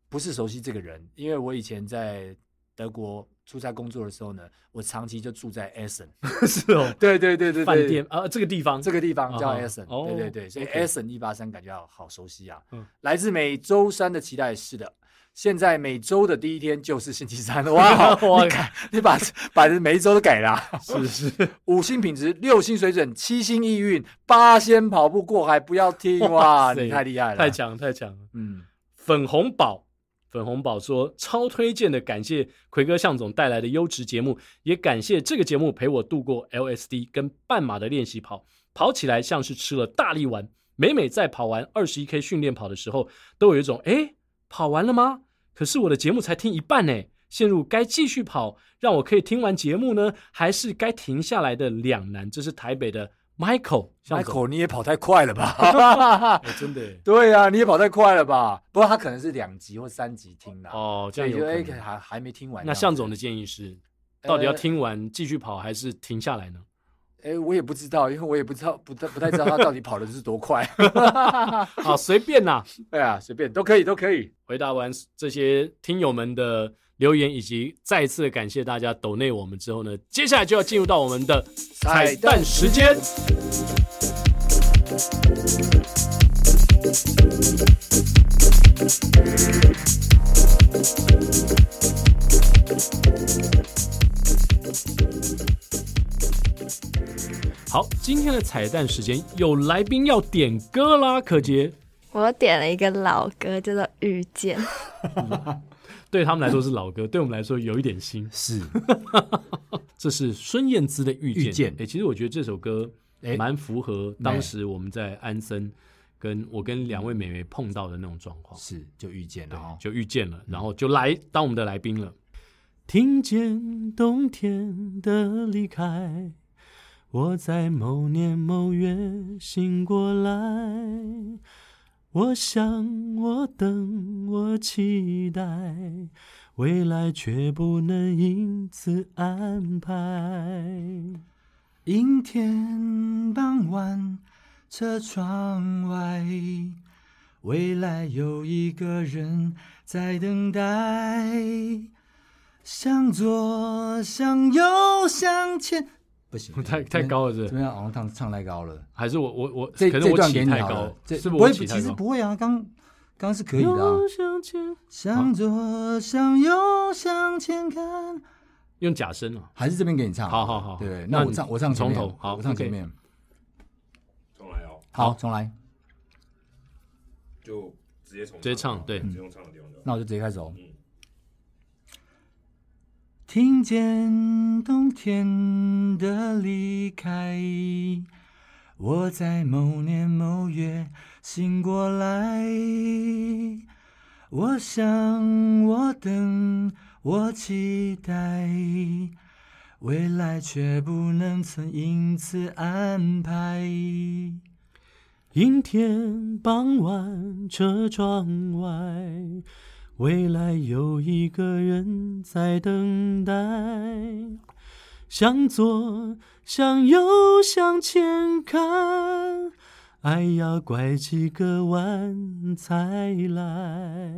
不是熟悉这个人，因为我以前在德国出差工作的时候呢，我长期就住在 Essen。
是哦，
<laughs> 对对对对对，
饭店啊，这个地方，
这个地方叫
啊哈
Essen，、
哦
对对对，所以
OK
Essen 一八三感觉好好熟悉啊。
嗯
来自每周三的期待是的。现在每周的第一天就是星期三了， <laughs> 哇！哦
哇
你改，你把把这每一周都改了啊、
是是，
五星品质，六星水准，七星意运，八仙跑步过海，不要听哇！
哇塞
你太厉害
<laughs>
了，
太，强太强了。
嗯，
粉红宝，粉红宝说超推荐的，感谢奎哥向总带来的优质节目，也感谢这个节目陪我度过 LSD 跟半马的练习跑，跑起来像是吃了大力丸。每每在跑完二十一 K 训练跑的时候，都有一种诶跑完了吗？可是我的节目才听一半呢，陷入该继续跑，让我可以听完节目呢，还是该停下来的两难。这是台北的 Michael 向总，
Michael，你也跑太快了吧？ <laughs>
哎真的耶
对啊，你也跑太快了吧？不过他可能是两集或三集听的、哦，
哦，这
所
样
以
有可
就哎
能。
还还没听完这样子。
那向总的建议是，到底要
呃
听完继续跑，还是停下来呢？
哎，我也不知道，因为我也不知道，不太不太知道他到底跑的是多快。 <laughs>
好，啊随便啦。
对啊，随便都可以，都可以。
回答完这些听友们的留言，以及再次感谢大家抖内我们之后呢，接下来就要进入到我们的彩蛋时间。好，今天的彩蛋时间有来宾要点歌啦，可杰，
我点了一个老歌，叫做《遇见》。
对他们来说是老歌，对我们来说有一点
<laughs>
新。
是，
<laughs> 这是孙燕姿的《遇见》。
遇见
哎、其实我觉得这首歌
哎
蛮符合当时我们在安森跟我跟两位美眉碰到的那种状况，
是就遇见了
对
哦，。
就遇见了，然后就来当我们的来宾了。听见冬天的离开，我在某年某月醒过来。我想，我等，我期待，未来却不能因此安排。
阴天傍晚，车窗外，未来有一个人在等待。向左，向右，向前。不行，
<laughs> 太太高了是不是
怎么样？好像唱唱太高了。
还是我我我，
嗯这
可
这
能我
段
起
给你
太
好
高
了，，这
是
不
我
会，
起太
其实
高。
不会啊，刚刚是可以的啊。
向前
向左，向右，向前看。
用假声啊，
还是这边给你唱。
好好好
对，
那
那我
你
唱我唱前
从
面
头好
我唱前
OK
面。
重来哦，
好，重来。
就直接重
直接唱对
嗯
直接用唱的地方就好。
那我就直接开始哦。
嗯
听见冬天的离开，我在某年某月醒过来。我想，我等，我期待，未来却不能曾因此安排。
阴天傍晚，车窗外，未来有一个人在等待。向左，向右，向前看，爱要拐几个弯才来。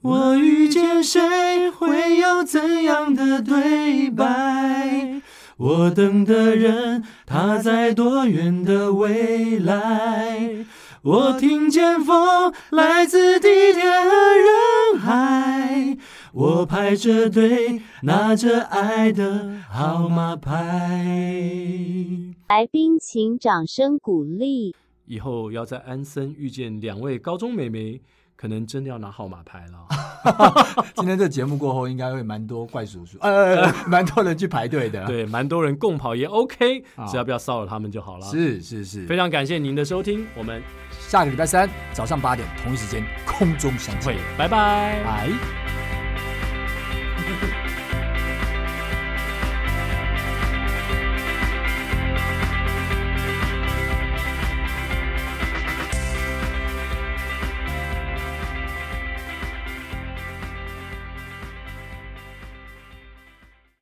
我遇见谁，会有怎样的对白？我等的人，他在多远的未来？我听见风来自地铁和人海，我排着队，拿着爱的号码牌。
来宾请掌声鼓励。
以后要在安森遇见两位高中妹妹，可能真的要拿号码牌了。
<laughs> 今天这节目过后，应该会蛮多怪叔叔，呃，蛮多人去排队
<laughs>
的。，
对，蛮多人共跑也 OK，
啊
只要不要骚扰他们就好了。，
是是是。
非常感谢您的收听，我们
下个礼拜三早上八点同一时间空中相
会
会，，
拜拜。
拜。